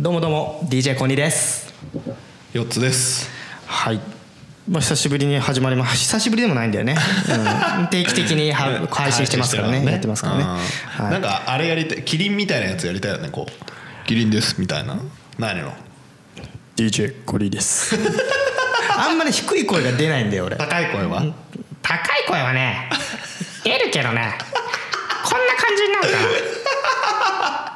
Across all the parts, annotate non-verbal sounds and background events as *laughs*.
どうもどうも DJ コニーです4つですはい、まあ、久しぶりに始まります久しぶりでもないんだ *laughs* よね、うん、定期的には配信してますからねやってますからね、うんはなんい、かあれやりたいキリンみたいなやつやりたいよねこうキリンですみたいな何の DJ コニーです *laughs* あんまり低い声が出ないんだよ俺高い声は高い声はね出るけどねこんな感じになるから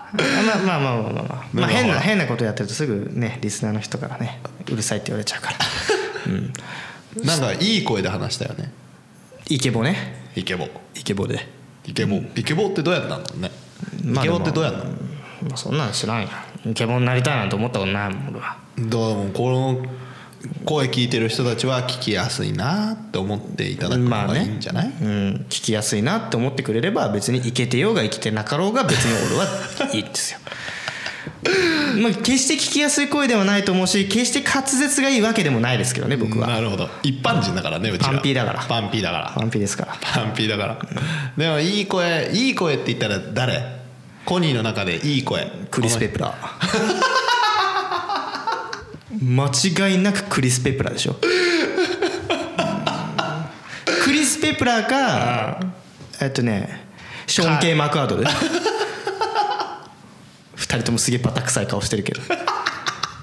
*laughs* まあまあまあまあまあ、まあなまんあ、か変ほなら変なことやってるとすぐねリスナーの人からねうるさいって言われち *laughs* ゃうからなんかいい声で話したよねイケボねイケボイケボでイケボイケボってどうやったのねイまあケボでっもてどうやったのまあそんなの知らんよイケボになりたいなんて思ったことないもん俺はどうもこの声聞いてる人たちは聞きやすいなって思っていただくのまあがねいいんじゃない、うん聞きやすいなって思ってくれれば別にイケてようがイケてなかろうが別に俺はいいんですよ *laughs* まあ決して聞きやすい声ではないと思うし決して滑舌がいいわけでもないですけどね僕はなるほど一般人だからねうちらパンピーだからパンピーだからワンピですからパンピーだからでもいい声いい声って言ったら誰コニーの中でいい声クリス・ペプラー間違いなくクリス・ペプラーでしょクリス・ペプラーかえっとねショーン・ケイ・マクアードで二人ともすげえバタ臭い顔してるけど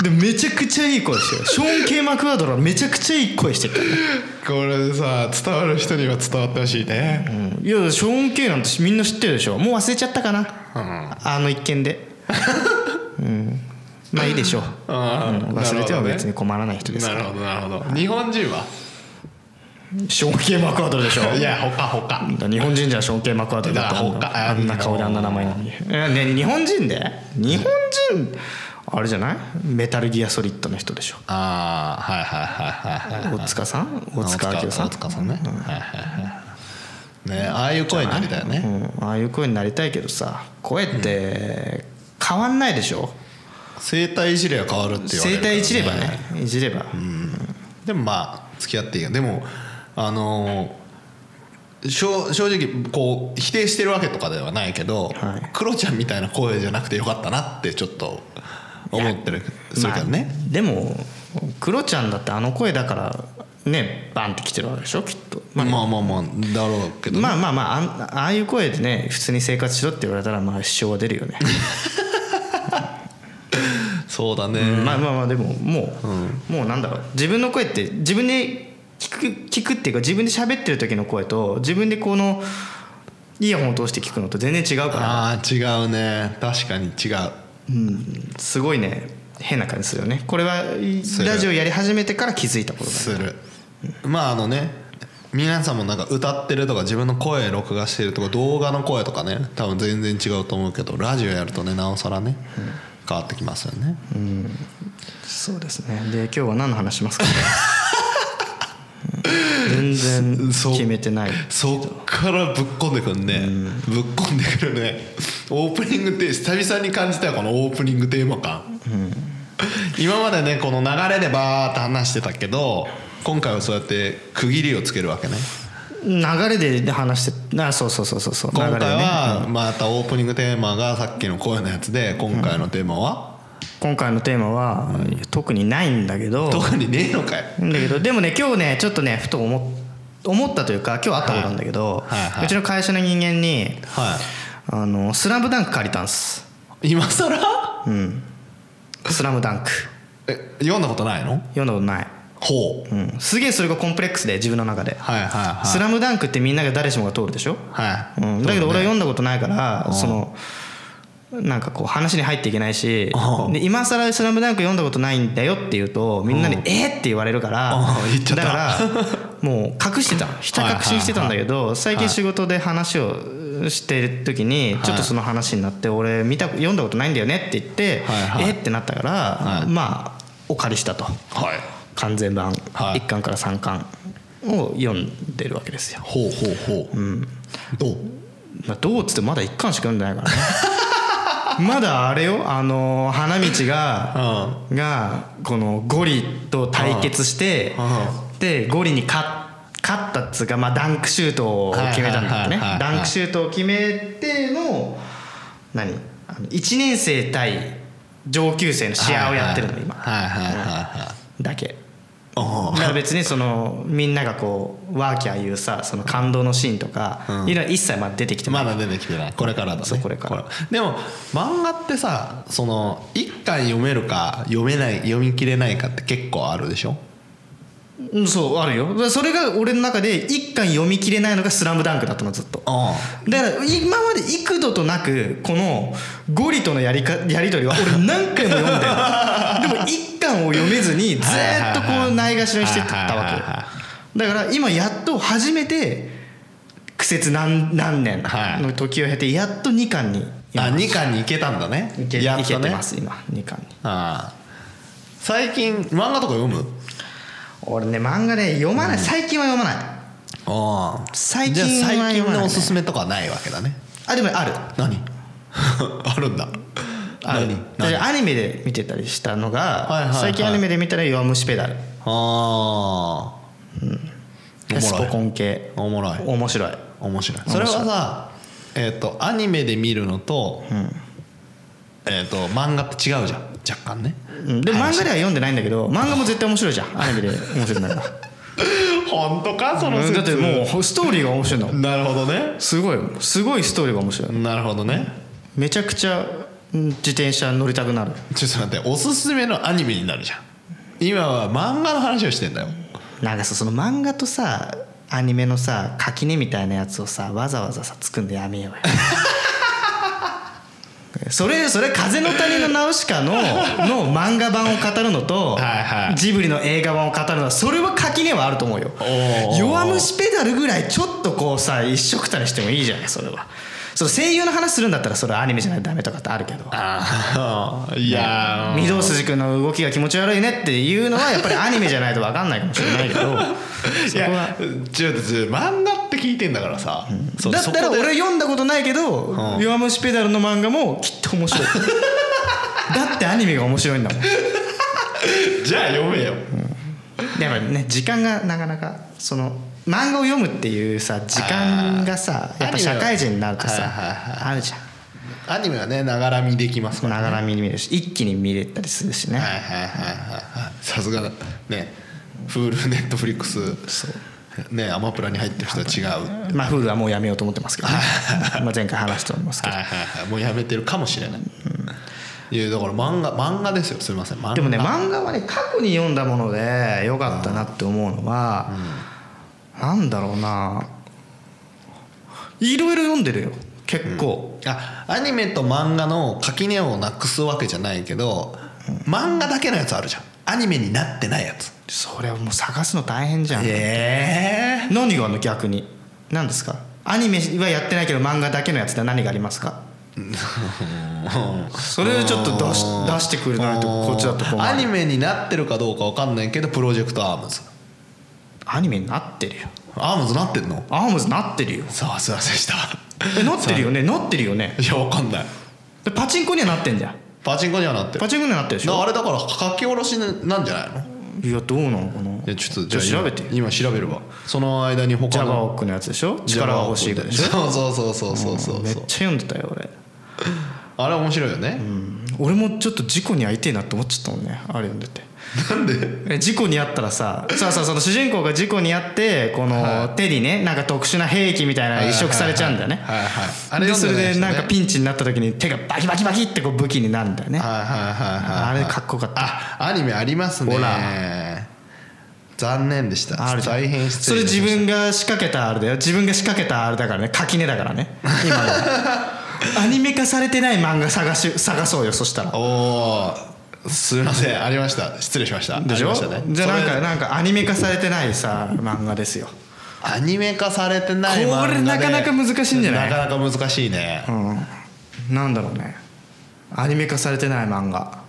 でもめちゃくちゃいい声してるショーン・ケイ・マクアードはめちゃくちゃいい声してるからね、これさ伝わる人には伝わってほしいね、うんいやショーン・ケイなんてみんな知ってるでしょもう忘れちゃったかな、あの一件でうんまあいいでしょうああ忘れては別にな困らない人ですからるほどなるほど日本人はショーン・ケイ・マクアドルでしょいやほかほか日本人じゃショーン・ケイ・マクアドルだっただから他あんな顔であんな名前なのにえね日本人で日本人あれじゃないメタルギアソリッドの人でしょああはいはいはいはいはい大塚さん大塚明夫さん大塚さんね、はいはいはいねああいう声になりたいよねうんああいう声になりたいけどさ声って変わんないでしょ生態いじれば変わるって言われ生るから体いじればねいじればでもまあ付き合っていいよでもあのー正正直こう否定してるわけとかではないけど、はいクロちゃんみたいな声じゃなくてよかったなってちょっと思ってるそれからね、まあでもクロちゃんだってあの声だからねバンってきてるわけでしょきっとまあ、まあまあまあだろうけど、まあまあまああんああいう声でね普通に生活しろって言われたらまあ支障は出るよねそうだね、まあまあまあでももう、もうなんだろう自分の声って自分で聞く聞くっていうか自分で喋ってる時の声と自分でこのイヤホンを通して聞くのと全然違うからああ違うね確かに違うすごいね変な感じするよねこれはいするラジオやり始めてから気づいたことだするまああのね皆さんもなんか歌ってるとか自分の声録画してるとか動画の声とかね多分全然違うと思うけどラジオやるとねなおさらね変わってきますよね、そうですねで今日は何の話し *laughs* ますか、ねうん全然そう決めてないそっからぶっこんでくるね、ぶっこんでくるねオープニングって久々に感じたよこのオープニングテーマ感、今までねこの流れでバーって話してたけど今回はそうやって区切りをつけるわけね流れで話してあそうそうそうそうそう今流れ回でねはまたオープニングテーマがさっきの声のやつで今回のテーマは今回のテーマは、特にないんだけど特にねえのかよだけどでもね今日ねちょっとねふと思っ思ったというか今日あったことなんだけど、はいはいはいうちの会社の人間には「あのスラムダンク借りた *laughs* んすい今更「スラムダンクえ読んだことないの読んだことない、ほううん、すげえそれがコンプレックスで自分の中ではいはい「はスラムダンクってみんなが誰しもが通るでしょ、いはいうん、だけど俺は読んだことないからそのなんかこう話に入っていけないしうんで今更スラムダンク読んだことないんだよ」って言うとみんなに「えっ!」って言われるからうん言っちゃっただからもう隠して *laughs* たのひた隠しにしてたんだけど最近仕事で話をしてる時にちょっとその話になって「俺見た読んだことないんだよね」って言っては「いはいえっ!」ってなったからまあお借りしたとはい完全版はい1巻から3巻を読んでるわけですよ。ほうほうほうどうまあ、どうっつってもまだ一巻しか読んでないからね *laughs* まだあれよあのー花道が、がこのゴリと対決して、でゴリに勝勝ったっつうか、まあ、ダンクシュートを決めたんだよはいはねいはいはいはいダンクシュートを決めての何あの1年生対上級生の試合をやってるの今はいはいはいはいだけおだから別にそのみんながこうワーキャーいうさその感動のシーンとか、うんいうのは一切まだ出てきてまない、だ出てきてないこれからだ、ね、そうこれからでも漫画ってさその一巻読めるか読めない読み切れないかって結構あるでしょうんそうあるよだからそれが俺の中で一巻読み切れないのが「スラムダンクだったのずっとうだから今まで幾度となくこのゴリとのやりかやり取りは俺何回も読ん *laughs* でるでも一巻を読めずにずーっとこうないがしろにしてったはいはいはいわはけだから今やっと初めて苦節何何年はいの時を経てやっと2巻にんあ今二巻に行けたんだねいけやっいとねけてます今2巻にああ最近漫画とか読む俺ね漫画ね読まない最近は読まなあいあ最近はじゃあ読まな最いね近のおすすめとかないわけだねあでもある何 *laughs* あるんだ何だから何アニメで見てたりしたはのいはいはがい最近アニメで見たら「弱虫ペダル」ああおスもポろコいン系おもろい面白い面白い白いそれはさえっ、とアニメで見るのと,、えっと漫画って違うじゃん若干ねうんでも漫画では読んでないんだけど漫画も絶対面白いじゃんアニメで面白くな *laughs* いから本当かそうんだってもうストーリーが面白いのなるほどねすごいすごいストーリーが面白いなるほどねめちゃくちゃうん自転車乗りたくなるちょっと待っておすすめのアニメになるじゃん今は漫画の話をしてんだよなんかさその漫画とさアニメのさ垣根みたいなやつをさわざわざさ作んでやめようよ *laughs* それそれ「風の谷のナウシカ *laughs* の」の漫画版を語るのとはいはいジブリの映画版を語るのはそれは垣根はあると思うよおー弱虫ペダルぐらいちょっとこうさ一緒くたにしてもいいじゃないそれはその声優の話するんだったらそれはアニメじゃないとダメとかってあるけどあ *laughs* あいやー御堂筋君の動きが気持ち悪いねっていうのはやっぱりアニメじゃないと分かんないかもしれないけ *laughs* どいそこはやちょっとちょっと漫画って聞いてんだからさそうだったらそこで俺読んだことないけどう「ん弱虫ペダル」の漫画もきっと面 *laughs* 白いだってアニメが面白いんだもんやっじゃあ読めよぱりね時間がなかなかその漫画を読むっていうさ時間がさあーやっぱ社会人になるとアニさメははいはいあるじゃんアニメはねながら見できますからながら見に見れるし一気に見れたりするしねはいはいはいはいはいさすがだね Hulu ネットフリックスねアマプラに入ってる人は違うはまあ Hulu はもうやめようと思ってますけどねまあ前回話しておりますけいどはいはいもうやめてるかもしれない、いやだから漫画漫画ですよすみません漫画でもね漫画はね過去に読んだものでよかったなって思うのは、なんだろうないろいろ読んでるよ結構、あアニメと漫画の垣根をなくすわけじゃないけど、漫画だけのやつあるじゃんアニメになってないやつそれはもう探すの大変じゃん、ええ何があるの逆に何ですかアニメはやってないけど漫画だけのやつで何があります *laughs* かそれをちょっと出し出してくれないとこっちだと困るアニメになってるかどうかわかんないけどプロジェクトアームズアニメになってるよアームズなってんのアームズなってるよさあすいませんでしたえなってるよ *laughs* ねなってるよねいやわかんないでパチンコにはなってんじゃんパチンコにはなってるパチンコにはなってるでしだょあれだから書き下ろしなんじゃないのいやどうなのかないやちょっとじゃあ今調べてよ今調べるわその間にジ他ャガのオックのやつでしょ力が欲しいでしょそうそうそうそうそうそうめっちそうゃ読んでたよ俺あれ面白いよね俺もちょっと事故に遭いてえなって思っちゃったもんねあれ読んでてなんでえ事故に遭ったらささあさあその主人公が事故に遭ってこの手にねなんか特殊な兵器みたいなの移植されちゃうんだよねはいはいはいあれでそ読れんない人ねでなんかピンチになった時に手がバキバキバキってこう武器になるんだよねはいはいはいはいあれかっこよかったあアニメありますねほ残念でしたあるじゃん大変失そ礼れいた自しました分が仕掛けたあれだよ自分が仕掛けたあれだからね垣根だからね今 *laughs* のはアニメ化されてない漫画探し探そうよそしたらおおすいませんありました失礼しましたでしょ、ありまたねじゃあなんそかれなんかアニメ化されてないさ漫画ですよアニメ化されてない漫画でこれなかなか難しいんじゃないなかなか難しいねうんなんだろうねアニメ化されてない漫画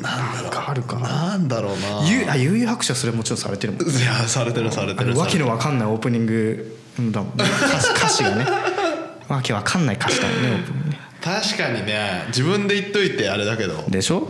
なんかあるかななんだろうなゆあ悠々白書はそれもちろんされてるもんいやされてるされてあるのわけされてるのわかんないオープニング *laughs* だもんね歌詞歌詞がねわけわかんない歌詞だもんねオープニングね確かにね自分で言っといてあれだけどでしょ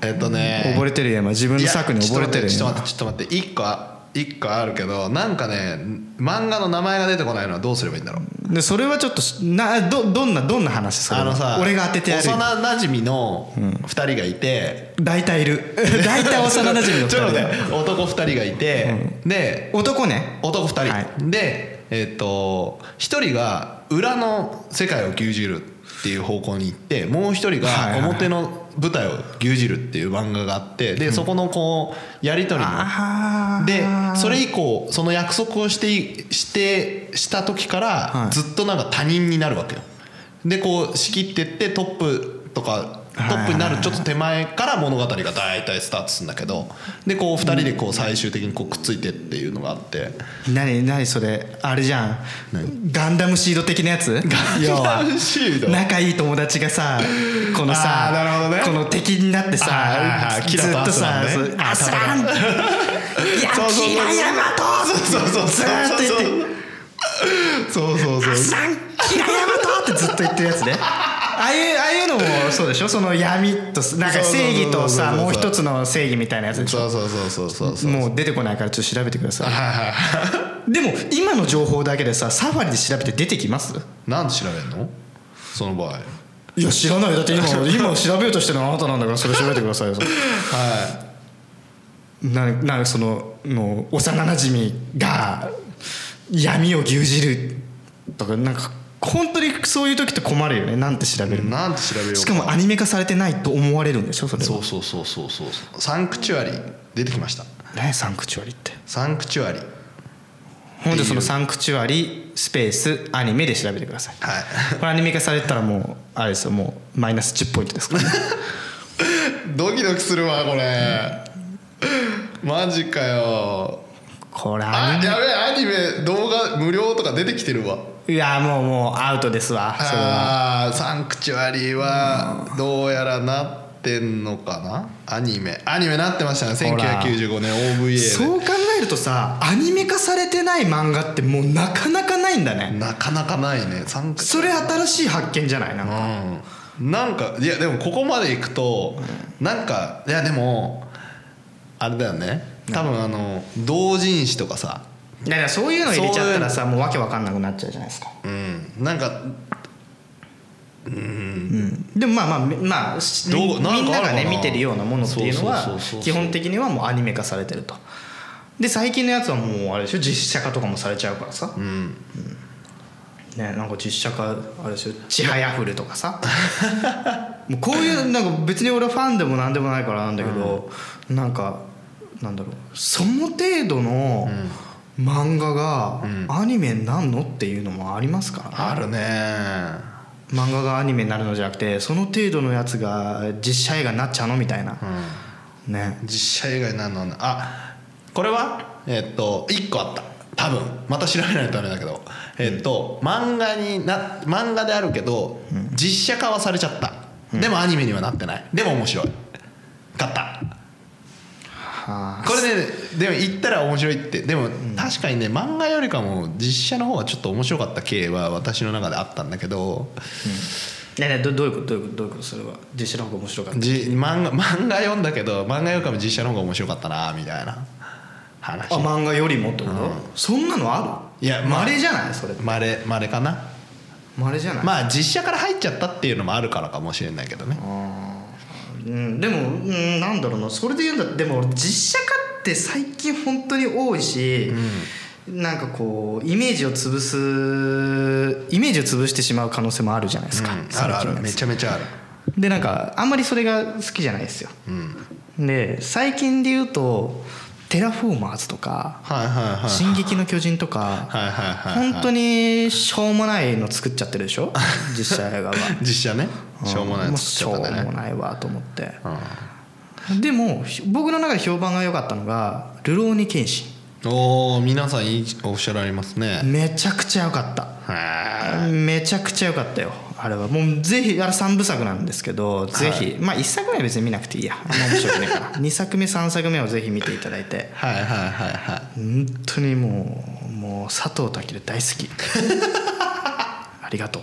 えっとね溺れてる山自分の策に溺れてるいやちょっと待山ってちょっと待って一個あ一個あるけどなんかね漫画の名前が出てこないのはどうすればいいんだろうでそれはちょっとしなどどんなどんな話それあのさ俺が当ててやる幼なじみの2人がいて、大体いる *laughs* 大体幼なじみの2ちょっと人ね男2人がいて、で男ね男2人、はでえっと1人が裏の世界を牛耳るっていう方向に行ってもう1人はいがはいはい表の舞台を牛耳るっていう漫画があってでそこのこうやり取りのあーでそれ以降その約束をしていしてした時かはらいずっとなんか他人になるわけよでこう仕切ってってトップとかトはいはいはッいプになるちょっと手前から物語が大体スタートするんだけどでこう2人でこう最終的にこうくっついてっていうのがあって何何それあれじゃんガンダムシード的なや *laughs* つ要は楽しいの *laughs* 仲いい友達がさこのあーなるほさ、どねこの敵になっはていはいさはいずキっラととさアスランねそうアスランいやそうそうそうキラヤマトそうそうそうずーっと言ってそうそうそうアそうスランキラヤマトってずっと言ってるやつねああいうああいうのもそうでしょその闇となんか正義そうそうそとさうそうもう一つの正義みたいなやつでしょそうそうそうそうそうもう出てこないからちょっと調べてくださはいはいはいでも今の情報だけでさサファリで調べて出てきますなんで調べんのその場合はいいや知らないだって *laughs* 今今調べようとしてるのはあなたなんだからそれ調べてくだ *laughs* さいよななんかそのもう幼なじみが闇を牛耳るとかなんか本当にそういう時って困るよねなんて調べるのなんで調べようしかもアニメ化されてないと思われるんでしょそれはそうそうそうそうそうそうサンクチュアリ出てきましたねサンクチュアリってサンクチュアリほんでそのサンクチュアリスペースアニメで調べてくださ *laughs* いはい *laughs* これアニメ化されてたらもうあれですよもうマイナス10ポイントですからねドキドキするわこれマジかよ *laughs* これアあニメやべえアニメ動画無料とか出てきてるわいやもうもうアウトですわそれはあーサンクチュアリはどうやらなってんのかなアニメアニメなってましたねほら1995年 OVA そう考えるとさアニメ化されてない漫画ってもうなかなかないんだでねなかなかないねサンクチュそれ新しい発見じゃないなんかうんなんかいやでもここまでいくとなんかいやでもあれだよね多分あの同人誌とかさだからそういうの入れちゃったらさもうわけわかんなくなっちゃうじゃないですか、うんなんかうん、でもまあまあみまあしどうみんなんかあるかなながね見てるようなものっていうのそうそはうそうそう基本的にはもうアニメ化されてるとで最近のやつはもうあれでしょ実写化とかもされちゃうからさ、うんね、なんか実写化あれでしょ「ちはやふる」と *laughs* かさもうこういうなんか別に俺はファンでも何でもないからなんだけど、なんかなんだろうその程度の漫画がアニメになんのっていうのもありますからね、あるね漫画がアニメになるのじゃなくてその程度のやつが実写映画になっちゃうのみたいな、ね実写映画になるのはねあこれはえっと1個あった多分また調べないとダメだけどえっと漫画にな漫画であるけど実写化はされちゃったでもアニメにはなってないでも面白い買ったはあこれねでも言ったら面白いってでも確かにね漫画よりかも実写の方がちょっと面白かった経緯は私の中であったんだけどねねどどういうことどういうことどういうことそれは実写の方が面白かったじ漫画漫画読んだけど漫画よりかも実写の方が面白かったなみたいな話あ漫画よりもってこと、そんなのあるいやまあまれじゃないそれまれまれかなまれじゃないまあ実写から入っちゃったっていうのもあるからかもしれないけどねうん、でも、うん、なんだろうなそれで言うんだでも俺実写化って最近本当に多いし、なんかこうイメージを潰すイメージを潰してしまう可能性もあるじゃないですか、うんあるあるめ最近のやちゃめちゃあるつでなんかあんまりそれが好きじゃないですようんで最近で言うと「テラフォーマーズ」とかはいはい「はい進撃の巨人」とかはいはいはい本当ににしょうもないの作っちゃってるでしょ実写映画は実写ね *laughs* しょうもないもやうつししょょううもねもないわと思ってうんでもひ僕の中で評判が良かったのが「ルローニケンシおお皆さんいいおっしゃられますねン」めちゃくちゃ良かったはめちゃくちゃ良かったよあれはもうぜひあれ3部作なんですけどぜひ、まあ1作目は別に見なくていいやあんま面白くな *laughs* いから2作目3作目をぜひ見ていただいていはいはいはいはい本当にもうもう佐藤健大好 *laughs* きありがとう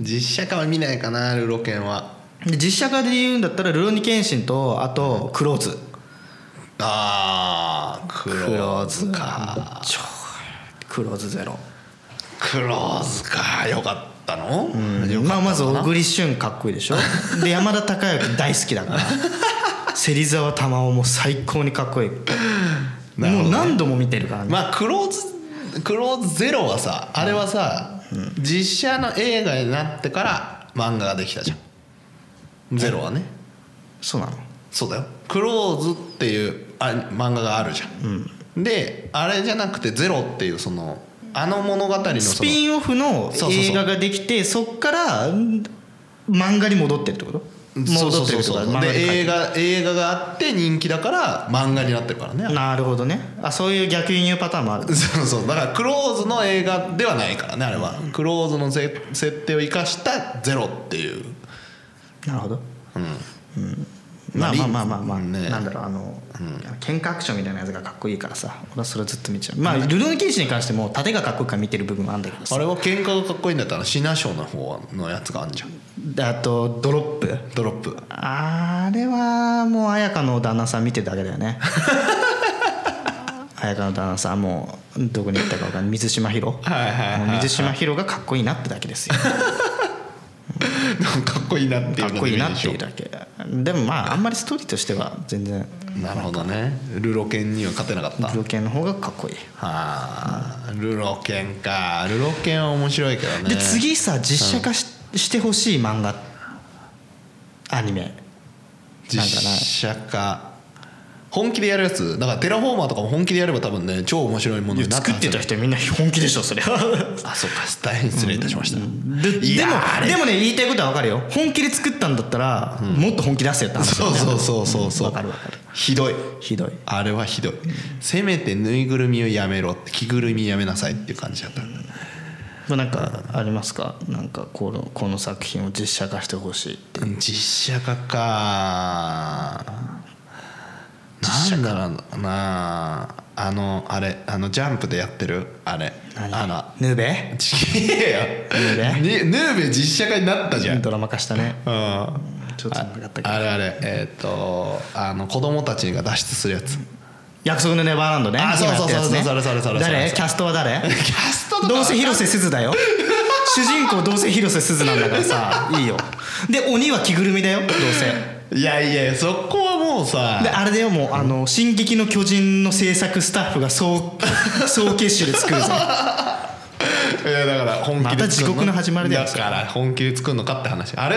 実写化は見ないかなルロケンはで実写化で言うんだったら「ルローニケンシン」とあと「クローズ」あークローズかちょクローズゼロクローズかよかったの、よかったのかなまあまず小栗旬かっこいいでしょで山田孝之大好きだ *laughs* から芹沢玉緒も最高にかっこいいなるほどねもう何度も見てるからね、まあクローズクローズゼロはさあれはさ、実写の映画になってから漫画ができたじゃんゼロはねそうなのそうだよクローズっていうあ漫画があるじゃん、であれじゃなくてゼロっていうそのあの物語のそのスピンオフのそうそうそう映画ができてそっからん漫画に戻ってるってこと戻ってるそうってことそうそはうそ漫う画にで書いてる映画映画があって人気だから漫画になってるからねなるほどねあそういう逆輸入パターンもあるそうそうだからクローズの映画ではないからねあれはクローズのぜ設定を生かした「ゼロ」っていうなるほどうんまあままああまあまあまあ、ねなんだろうあの、喧嘩アクションみたいなやつがかっこいいからさ俺はそれずっと見ちゃうまあルローニケンシに関しても盾がかっこいいから見てる部分はあるんだけどあされは喧嘩がかっこいいんだったらシナショーの方のやつがあるじゃんであとドロップドロップ *laughs* あれはもう綾香の旦那さん見てるだけだよ *laughs* ね綾香の旦那さんもうどこに行ったか分かんない水島ヒロはいはいはいもう水島ヒロがかっこいいなってだけですよかなんかかっこいいなっていうっこいいなっていうだけでもまああんまりストーリーとしては全然なるほどねルロケンには勝てなかったルロケンの方がかっこいいはあルロケンかルロケンは面白いけどねで次さ実写化し,、してほしい漫画アニメ実写化本気でやるやつだからテラフォーマーとかも本気でやれば多分ね超面白いものにな作はっずてた人みんな本 *laughs* 気でしょそれはあそうか大変失礼いたしました、ででいやあもれでもね言いたいことは分かるよ本気で作ったんだったら、もっと本気出せよって話だそようねそうそうそうそう分かる分かるひどいひどいあれはひどいせめてぬいぐるみをやめろって着ぐるみやめなさいっていう感じだったまあなんかありますかなんかこのこの作品を実写化してほしいって実写化かなんだろうなあのあれあのジャンプでやってるあれあのヌーベちげえよヌーねヌーベ実写化になったじゃん、うん、ドラマ化したねあちょっと長かったけどあれあれえっ、とあの子供たちが脱出するやつ約束のネバーランドねあそうそうそうそう今やってるやつねそれそれそれそれ誰キャストは誰キャストとかどうせ広瀬すずだ *laughs* よ主人公どうせ広瀬すずなんだからさいいよで鬼は着ぐるみだよどうせいやいやそこはもうさであれだよもうあの「進撃の巨人」の制作スタッフが総総結集で作る *laughs* ぜいやだから本気で作るのまた地獄の始まりだよだから本気で作るのかって話あれ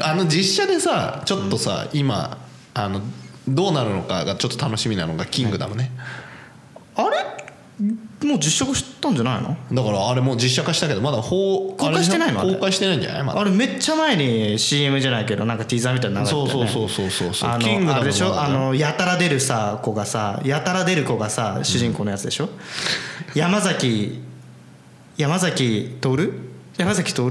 あの実写でさちょっとさ今あのどうなるのかがちょっと楽しみなのが「キングダムね」あれもう実写化したんじゃないのだからあれもう実写化したけどまだ公公開してないのあれじゃ公開してないんじゃないまだあれめっちゃ前に CM じゃないけどなんかティーザーみたいなの流れてたそようねそうそうそうそうそうあキングのダあムれでしょまあだのやたら出るさ子がさやたら出る子がさ主人公のやつでしょ、山崎山崎徹山崎 *laughs* 徹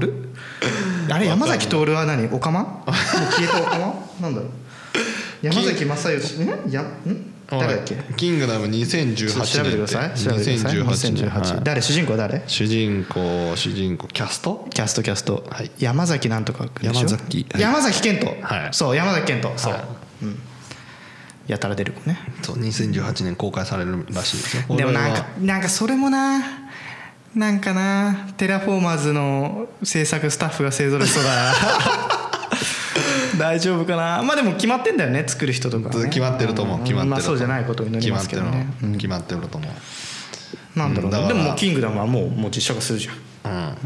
あれ山崎徹は何オカマもう消えたオカマな *laughs* んだろう山崎正義んやん誰だっけほらキングダム2018ちょっと年調べてください調べてください2018年はい誰主人公は誰主人公主人公キャストキャストキャスト、はい山崎なんとか君でしょ山崎はい山崎賢人、はいそう山崎賢人、そう、はいうん、やたら出る子ねそう2018年公開されるらしいですよでもなんこれはかなんかそれもななんかなテラフォーマーズの制作スタッフが勢ぞろいしそ *laughs* うだな大丈夫かなまあでも決まってんだよね作る人とか、ね、決まってると思ううん決まってると思まあそうじゃないことを祈りますけどね決まってるの決まってると思うなんだろう、ねうんだからでももうキングダムはもうもう実写化するじゃんうんなんか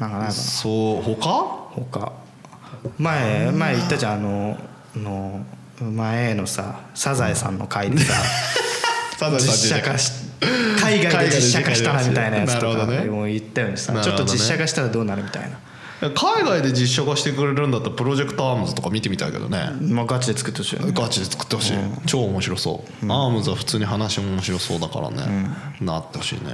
ないかなそう他他前前言ったじゃんあのの前のさサザエさんの回で *laughs* さ実写化し海外で実写化したらみたいなやつとなかるほどねもう言ったようにさ、なるちほょっどねと実写化したらどうなるみたいな、海外で実写化してくれるんだったらプロジェクトアームズとか見てみたいけどねまあ、ガチで作ってほしいよねガチで作ってほしい超面白そうアームズは普通に話も面白そうだからねなってほしいね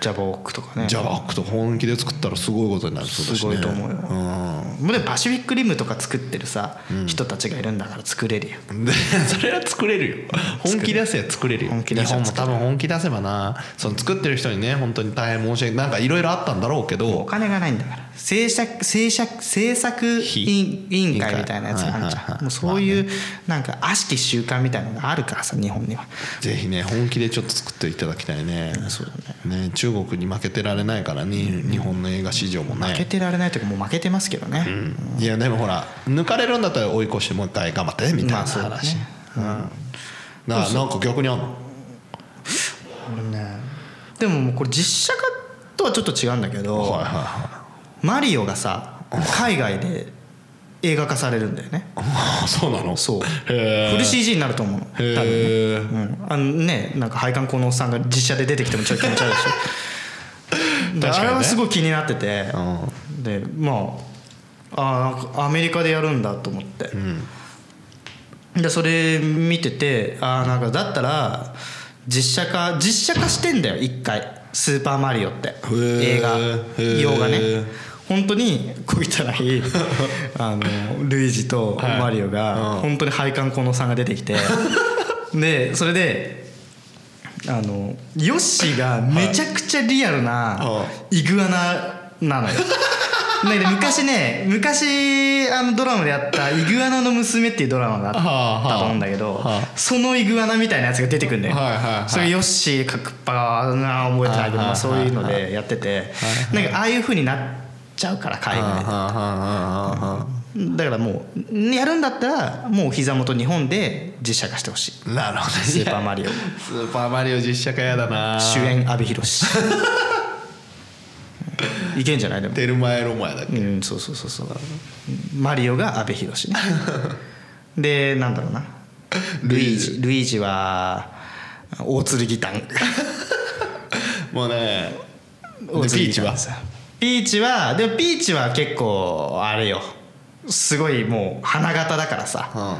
ジャバオックとかねジャバックと本気で作ったらすごいことになりそうだしねすごいと思うよよもうでもパシフィックリムとか作ってるさ、人たちがいるんだから作れるよで *laughs* それは作れるよ本気出せば作れるよ本気出せば日本も多分本気出せばなその作ってる人にね本当に大変申し訳ないなんかいろいろあったんだろうけおど金がないんだから制作制作制作委員委員会みたいなやつがあるはいはいじゃはんいもうそういうなんか悪しき習慣みたいなのがあるからさ日本にはぜひね本気でちょっと作っていただきたいねそうだね中国に負けてられないからに日本の映画史上もね負けてられないというかもう負けてますけどね、うんいやでもほら抜かれるんだったら追い越してもう一回頑張ってみたいまなあそうだね話、うんだからなんか逆にあんの俺ねでももうこれ実写化とはちょっと違うんだけど、はいはマリオがさ海外で映画化されるんだよねいはい *laughs* そうなのそうへフル CG になると思うのえ多へ分えうん、あのねなんか配管工のおっさんが実写で出てきてもちょっと気持ち悪 *laughs* いでしょで確かにねあれはすごい気になっててでまああーなんかアメリカでやるんだと思って、でそれ見ててああんかだったら実写化実写化してんだよ一回「スーパーマリオ」ってー映へ画ー洋画ね本当にこいたら *laughs* いあのルイージとマはいリオうんが本当に配管工のおっさんが出て *laughs* きてでそれであのヨッシーがめちゃくちゃリアルなはイグアナ *laughs* なのよ。なんかね昔ね昔あのドラマでやった「イグアナの娘」っていうドラマがあっただと思うんだけど、はあそのイグアナみたいなやつが出てくるんだよ、はいはいはいそれヨッシーかクッパはな覚えてないけど、まあ、そういうのでやってて、なんかああいうふうになっちゃうから海はあは外で。あはあはあはだからもうんやるんだったらもう膝元日本で実写化してほしいあなるほど「スーパーマリオ」スーパーマリオ実写化やだな主演阿部 *laughs* 寛いけんじゃないでもテルマエロマエだっけうんそうそうそうそうマリオが阿部 *laughs* 寛ねでなんだろうなルイージルイージは大剣弾もうねで大剣ピーチは弾ピーチはでもピーチは結構あれよすごいもう花形だからさ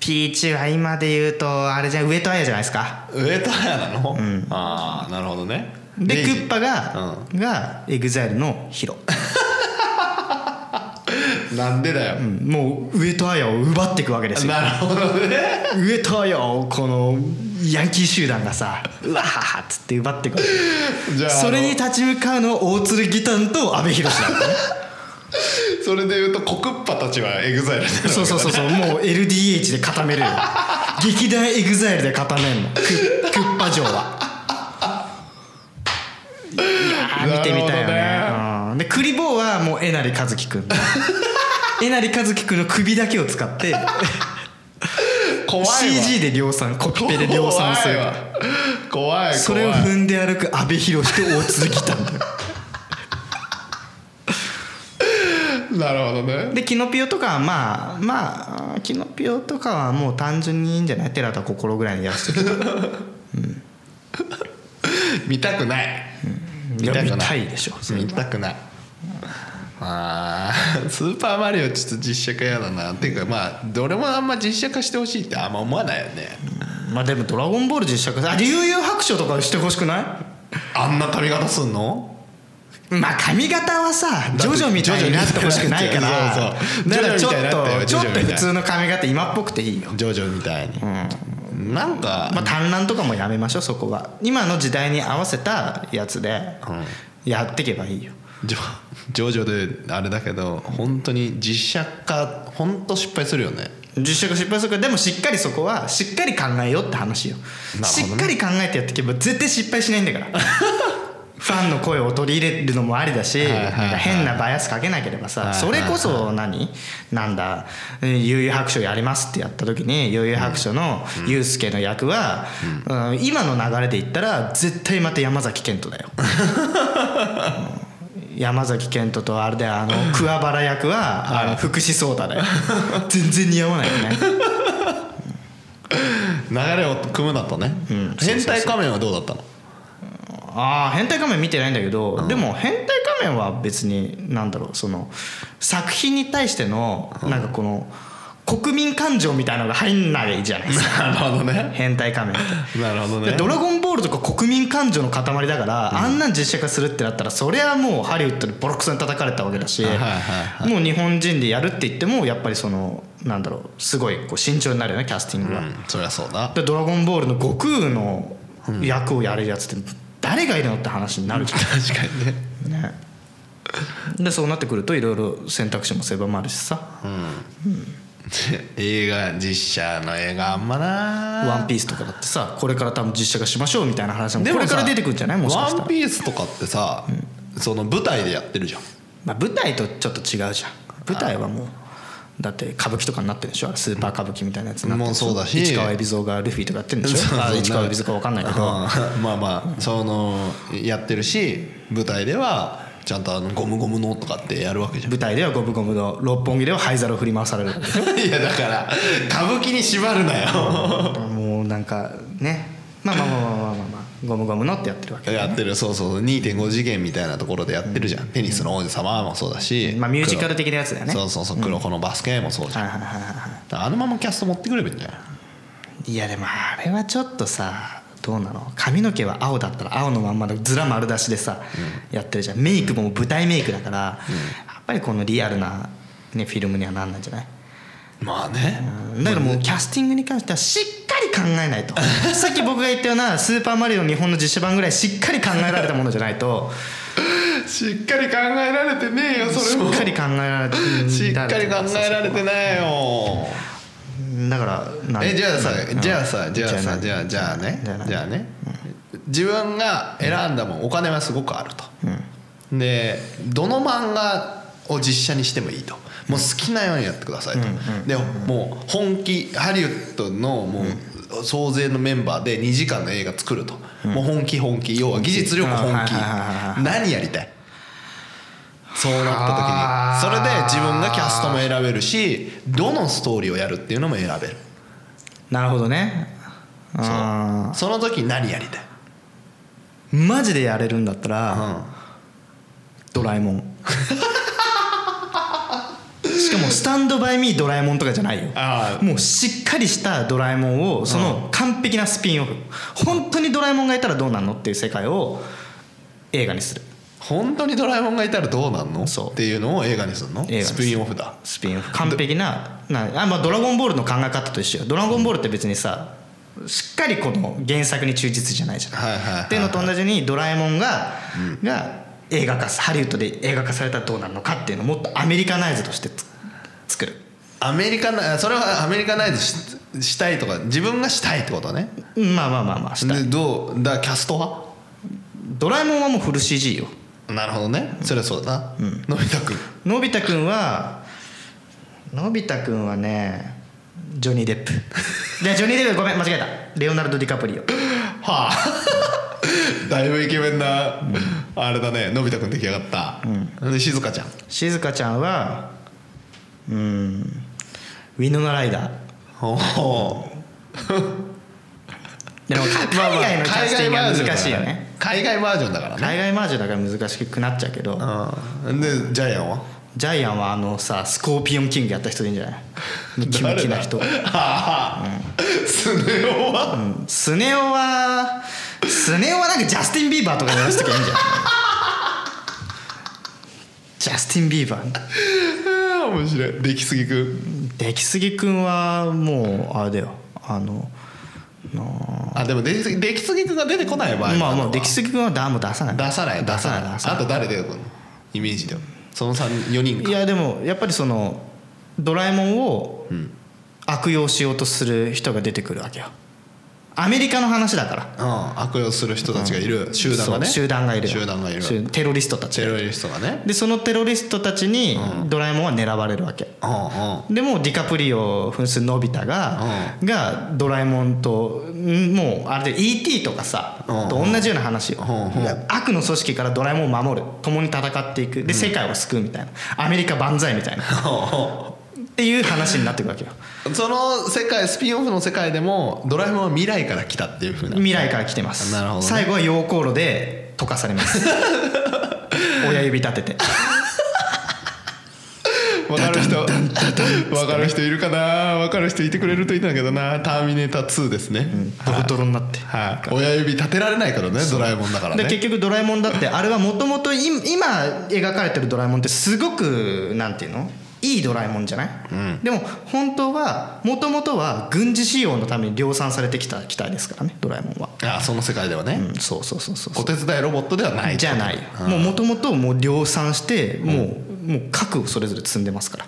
ピーチは今で言うとあれじゃ上戸彩じゃないですかうん上とやなのああなるほどねレでイクジッパが、がエグザイルのヒロ、なんでだようんもう上戸彩を奪っていくわけですよなるほどね上戸よこのヤンキー集団がさうわははっつって奪ってくるじゃあそれあにの立ち向かうのは大鶴義丹と阿部寛なんだねそれでいうとコクッパたちはエグザイルそうそうそうそうもう LDH で固めるよ劇団エグザイルで固めんのクックッパ城はいやー見てみたいよねなるほうんでクリボーはもうえなりかず *laughs* きくんえなりかずきくんの首だけを使って怖いわ CG で量産コピペで量産する怖いわ怖い怖いそれを踏んで歩く阿部寛と大鶴義丹だよなるほどねでキノピオとかはまあまあキノピオとかはもう単純にいいんじゃない寺田心ぐらいにやらせ *laughs* てる見たくないいやく見なたいいでしょそれ見たくないあースーパーマリオちょっと実写化やだなっていうかまあどれもあんま実写化してほしいってあんま思わないよねまあでも「ドラゴンボール」実写化あ悠々白書とかしてほしくないあんな髪型すんのまあ髪型はさジョジョみたいになってほしくないからそうそうだからちょっジョジョみたいになったよとちょっジョジョみたといな普通の髪型今っぽくていいよジョジョみたいに、なんか、まあ単乱とかもやめましょうそこは今の時代に合わせたやつでやっていけばいいよジョジョジョであれだけど本当に実写化本当失敗するよね実写化失敗するからでもしっかりそこはしっかり考えようって話よ、なるほどねしっかり考えてやっていけば絶対失敗しないんだから *laughs* ファンの声を取り入れるのもありだし、いはいはいなんか変なバイアスかけなければさ、はいはいそれこそ何なんだえー悠々白書やりますってやった時に悠々白書のユースケの役は、うん今の流れで言ったら絶対また山崎賢人だよ *laughs* うん山崎賢人とあれだよあの桑原役はあの福士蒼太だよ全然似合わないよね流れを組むなとね、変態仮面はどうだったのああ変態仮面見てないんだけど、でも変態仮面は別になんだろうその作品に対してのなんかこの国民感情みたいなのが入んないじゃないですかなるほどね変態仮面 *laughs* って。なるほどでねドラゴンボール」とか国民感情の塊だから、あんなん実写化するってなったらそりゃもうハリウッドでボロクソに叩かれたわけだし、はいはもう日本人でやるって言ってもやっぱりそのなんだろうすごいこう慎重になるよねキャスティングうが。んそりゃそうだでドラゴンボール」の悟空の役をやるやつって誰がいるのって話になるじゃん確かにねねでそうなってくるといろいろ選択肢も狭まるしさ映画実写の映画あんまなワンピースとかだってさこれから多分実写化しましょうみたいな話もでこもれさから出てくるんじゃないもしかしたワらン、ピースとかってさ、その舞台でやってるじゃんまあ、舞台とちょっと違うじゃん舞台はもうだって歌舞伎とかになってるでしょあれスーパー歌舞伎みたいなやつになってるでしょもうそうだし市川海老蔵がルフィとかやってるんでしょそうそうあ市川海老蔵か分かんないけど、うんまあまあそのやってるし舞台ではちゃんとあのゴムゴムのとかってやるわけじゃん舞台では五分五分の六本木では灰皿を振り回される *laughs* いやだから歌舞伎に縛るな *laughs* よもうなんかねまあまあまあまあまあまあ、まあ、ゴムゴムのってやってるわけやってるそうそう2.5次元みたいなところでやってるじゃん、テニスの王子様もそうだし、まあミュージカル的なやつだよねそうそうそう黒子のバスケもそうじゃん、はいはいはいはあのままキャスト持ってくればいいんじゃないいいやでもあれはちょっとさどうなの髪の毛は青だったら青のまんまのずら丸出しでさ、やってるじゃんメイクも舞台メイクだから、やっぱりこのリアルな、ね、フィルムにはなんないんじゃないまあね、だからもうキャスティングに関してはしっかり考えない *laughs* とさっき僕が言ったような「スーパーマリオ」日本の実写版ぐらいしっかり考えられたものじゃないとしっかり考えられてねえよしっかり考えられてしっかり考えられてないよだからなんえじゃあさじゃあさじゃあじゃあさ何じゃあじゃあねじゃあ何じゃあね自分が選んだもんお金はすごくあると、でどの漫画を実写にしてもいいともう好きなようにやってくださいと、でもう本気ハリウッドのもう総勢のメンバーで2時間の映画作ると、もう本気本気要は技術力本気はいはいはいはいは何やりたいそうなった時にそれで自分がキャストも選べるしどのストーリーをやるっていうのも選べるなるほどねうんその時何やりたい、マジでやれるんだったら「ドラえもん」しかも「スタンド・バイ・ミー・ドラえもん」とかじゃないよあーもうしっかりした「ドラえもん」をその完璧なスピンオフ本当にドラえもんがいたらどうなんのっていう世界を映画にする本当にドラえもんがいたらどうなんのそうっていうのを映画にするの映画にすスるピンオフだスピンオフ完璧ななあ、まあ、ドラゴンボールの考え方と一緒よドラゴンボールって別にさしっかりこの原作に忠実じゃないじゃん、はいはいはいはいっていうのと同じにドラえもんが,、が映画化さハリウッドで映画化されたらどうなるのかっていうのをもっとアメリカナイズとしてつ作るアメリカなそれはアメリカナイズししたいとか自分がしたいってことねうんまあまあまあまあしたでいどうだキャストはドラえもんはもうフル CG よなるほどねそれはそうだな、のび太くんのび太くんはのび太くんはねジョニー・デップいやジョニー・デップごめん間違えたレオナルド・ディカプリオはあだいぶイケメンな、あれだねのび太くん出来上がった、で静香ちゃん静香ちゃんはうんウィノナライダーおおでも *laughs* 海外のキャスティングは難しいよね海外バージョンだからね海外マージュだから難しくなっちゃうけどうんでジャイアンはジャイアンはあのさスコーピオンキングやった人でいいんじゃないムキムキな人誰だああ、スネ夫は、スネ夫はスネ夫はなんかジャスティン・ビーバーとかやらせときゃいいんじゃないジャスティン・ビーバーうん、面白い出来すぎくん出来すぎくんはもうあれだよあのあでも出来すぎ出来すぎくんが出てこない場合まあもるまあのか出来すぎくんはダーも出さない出さない出さない出さないあと誰出てくるのイメージではその4人いかやでもやっぱりそのドラえもんを悪用しようとする人が出てくるわけよアメリカの話だからうん、悪用する人たちがいる、集団がねそう集団がいる集団がいる集テロリストたちテロリストがねでそのテロリストたちにドラえもんは狙われるわけうんうん *laughs* でもうディカプリオ扮するのび太が、がドラえもんとんもうあれで E.T. とかさ、うんと同じような話よ、うんうん悪の組織からドラえもんを守る共に戦っていくで世界を救うみたいなアメリカ万歳 *laughs* みたいなっていう話になってくるわけよその世界スピンオフの世界でもドラえもんは未来から来たっていうふうな未来から来てますなるほどね最後は溶鉱炉で溶かされます *laughs* 親指立ててわかる人わかる人いるかなわかる人いてくれるといいんだけどな「ターミネーター2」ですね、ドロドロになって、はい、親指立てられないからねドラえもんだからでね結局ドラえもんだ *laughs* ってあれはもともと今描かれてるドラえもんってすごくなんていうのいいドラえもんじゃない、でも本当はもともとは軍事使用のために量産されてきた機体ですからねドラえもんは、あその世界ではね、うん、そうそうそうそうお手伝いロボットではないじゃないもうもともともう量 *laughs* 産してもうもう核をそれぞれ積んでますから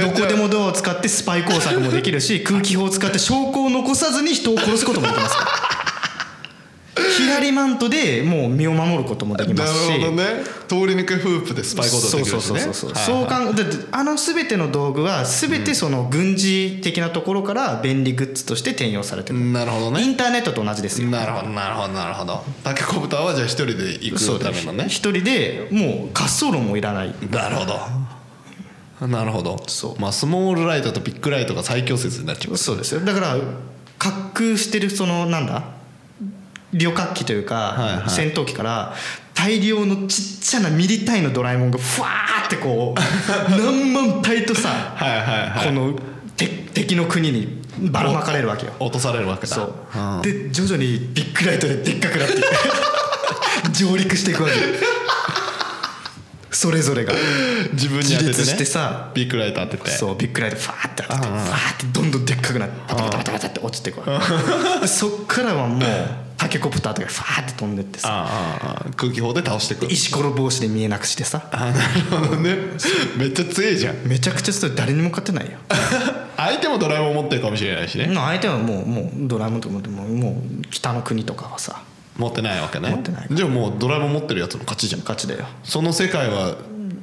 どこでもドアを使ってスパイ工作もでき *laughs* るし空気砲を使って証拠を残さずに人を殺すこともできま *laughs* すから左マントでもう身を守ることもできなまるすしほどね通り抜けフープでスパイ行動できるしねそうそうそうそう、はいはいそう考えだってあの全ての道具は全てその軍事的なところから便利グッズとして転用されてる、なるほどイねンターネットと同じですよなるほどなるほどなるほど竹子豚はじゃあ一人で行そうくただめのね一人でもう滑走路もいらないなるほどなるほどそうまあスモールライトとビッグライトが最強説になっちゃうそうですよだから滑空してるそのなんだ旅客機というか、はいはい戦闘機から大量のちっちゃなミリ単位のドラえもんがふわーってこう *laughs* 何万体とさはいはいはいこのて敵の国にばらまかれるわけよ落とされるわけだそう、んで徐々にビッグライトででっかくなっていく上陸していくわけ *laughs* よそれぞれが自分に当ててね自立してさビッグライト当ててそうビッグライトファーって当たってファーってどんどんでっかくなってバタバタバタバタって落ちていくわけでそっからはもうタケコプターとかファーって飛んでってさああああ空気砲で倒していく石ころ帽子で見えなくしてさあなるほどねめっちゃ強いじゃんめちゃくちゃそれ誰にも勝てないよ相手もドラえもん持ってるかもしれないしねまあ相手はもうもうドラえもんとかももうもう北の国とかはさ持ってないわけね持ってないじゃあもうドラえもん持ってるやつの勝ちじゃん勝ちだよその世界は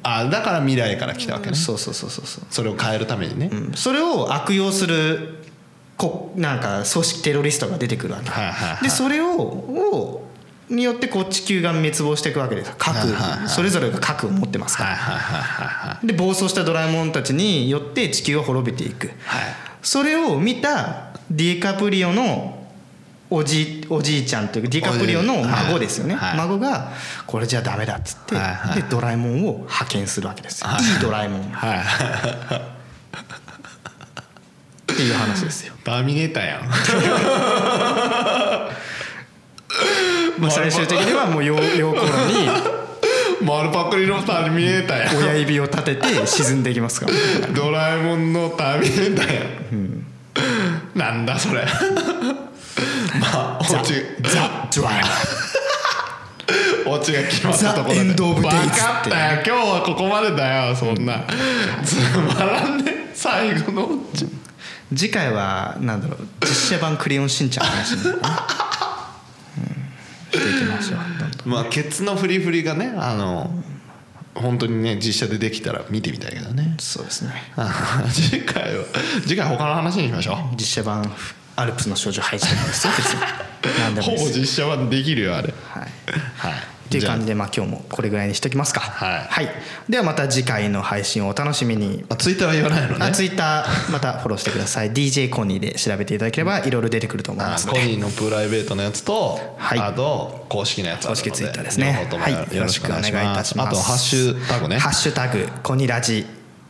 あだから未来から来たわけねそうそうそうそうそうそれを変えるためにねうんそれを悪用するこなんか組織テロリストが出てくるわけ、はいはいはいでそれををによってこう地球が滅亡していくわけです核、はいはいはいそれぞれが核を持ってますから、はいはいはいはいはいで暴走したドラえもんたちによって地球は滅びていくはいそれを見たディカプリオのおじいおじいちゃんというかディカプリオの孫ですよね、はいはい孫がこれじゃダメだっつって、はいはいでドラえもんを派遣するわけですよ、はいい、いドラえもんっはいていう話ですよ *laughs* ターミネーターやんまあ最終的にはもう陽陽光に丸パクリのターミネーターやん親指を立てて沈んでいきますからドラえもんのターミネーターやんなんだそ *laughs* れまあザ・オチザ・ *laughs* ドライオチが決まったところでザエンドオブデイズって分かったよ今日はここまでだよそんなつまらんね最後のオチ次回はなんだろう実写版「クレヨンしんちゃん」の話になるかな、うん、していきましょうどんどんまあケツのフリフリがねあの本当にね実写でできたら見てみたいけどねそうですねあの次回は次回他の話にしましょう実写版「アルプスの少女ハイジ」ですよ別 *laughs* に何でもいほいでぼす実写版できるよあれはいはいっていう感じでまあ今日もこれぐらいにしときますかはいではまた次回の配信をお楽しみにツイッターは言わないのねあツイッターまたフォローしてください DJ コニーで調べていただければいろいろ出てくると思いあますのコでニーのプライベートのやつと、はいあと公式のやつあるの公式ツイッターですね両方ともはいよろしくお願いいよろたしますあとハッシュタグねハッシュタグコニラジ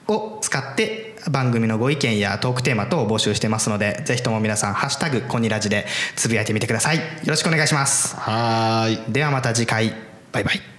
を使って番組のご意見やトークテーマ等を募集してますのでぜひとも皆さんハッシュタグコニラジでつぶやいてみてくださいよろしくお願いしますはーいではまた次回バイバイ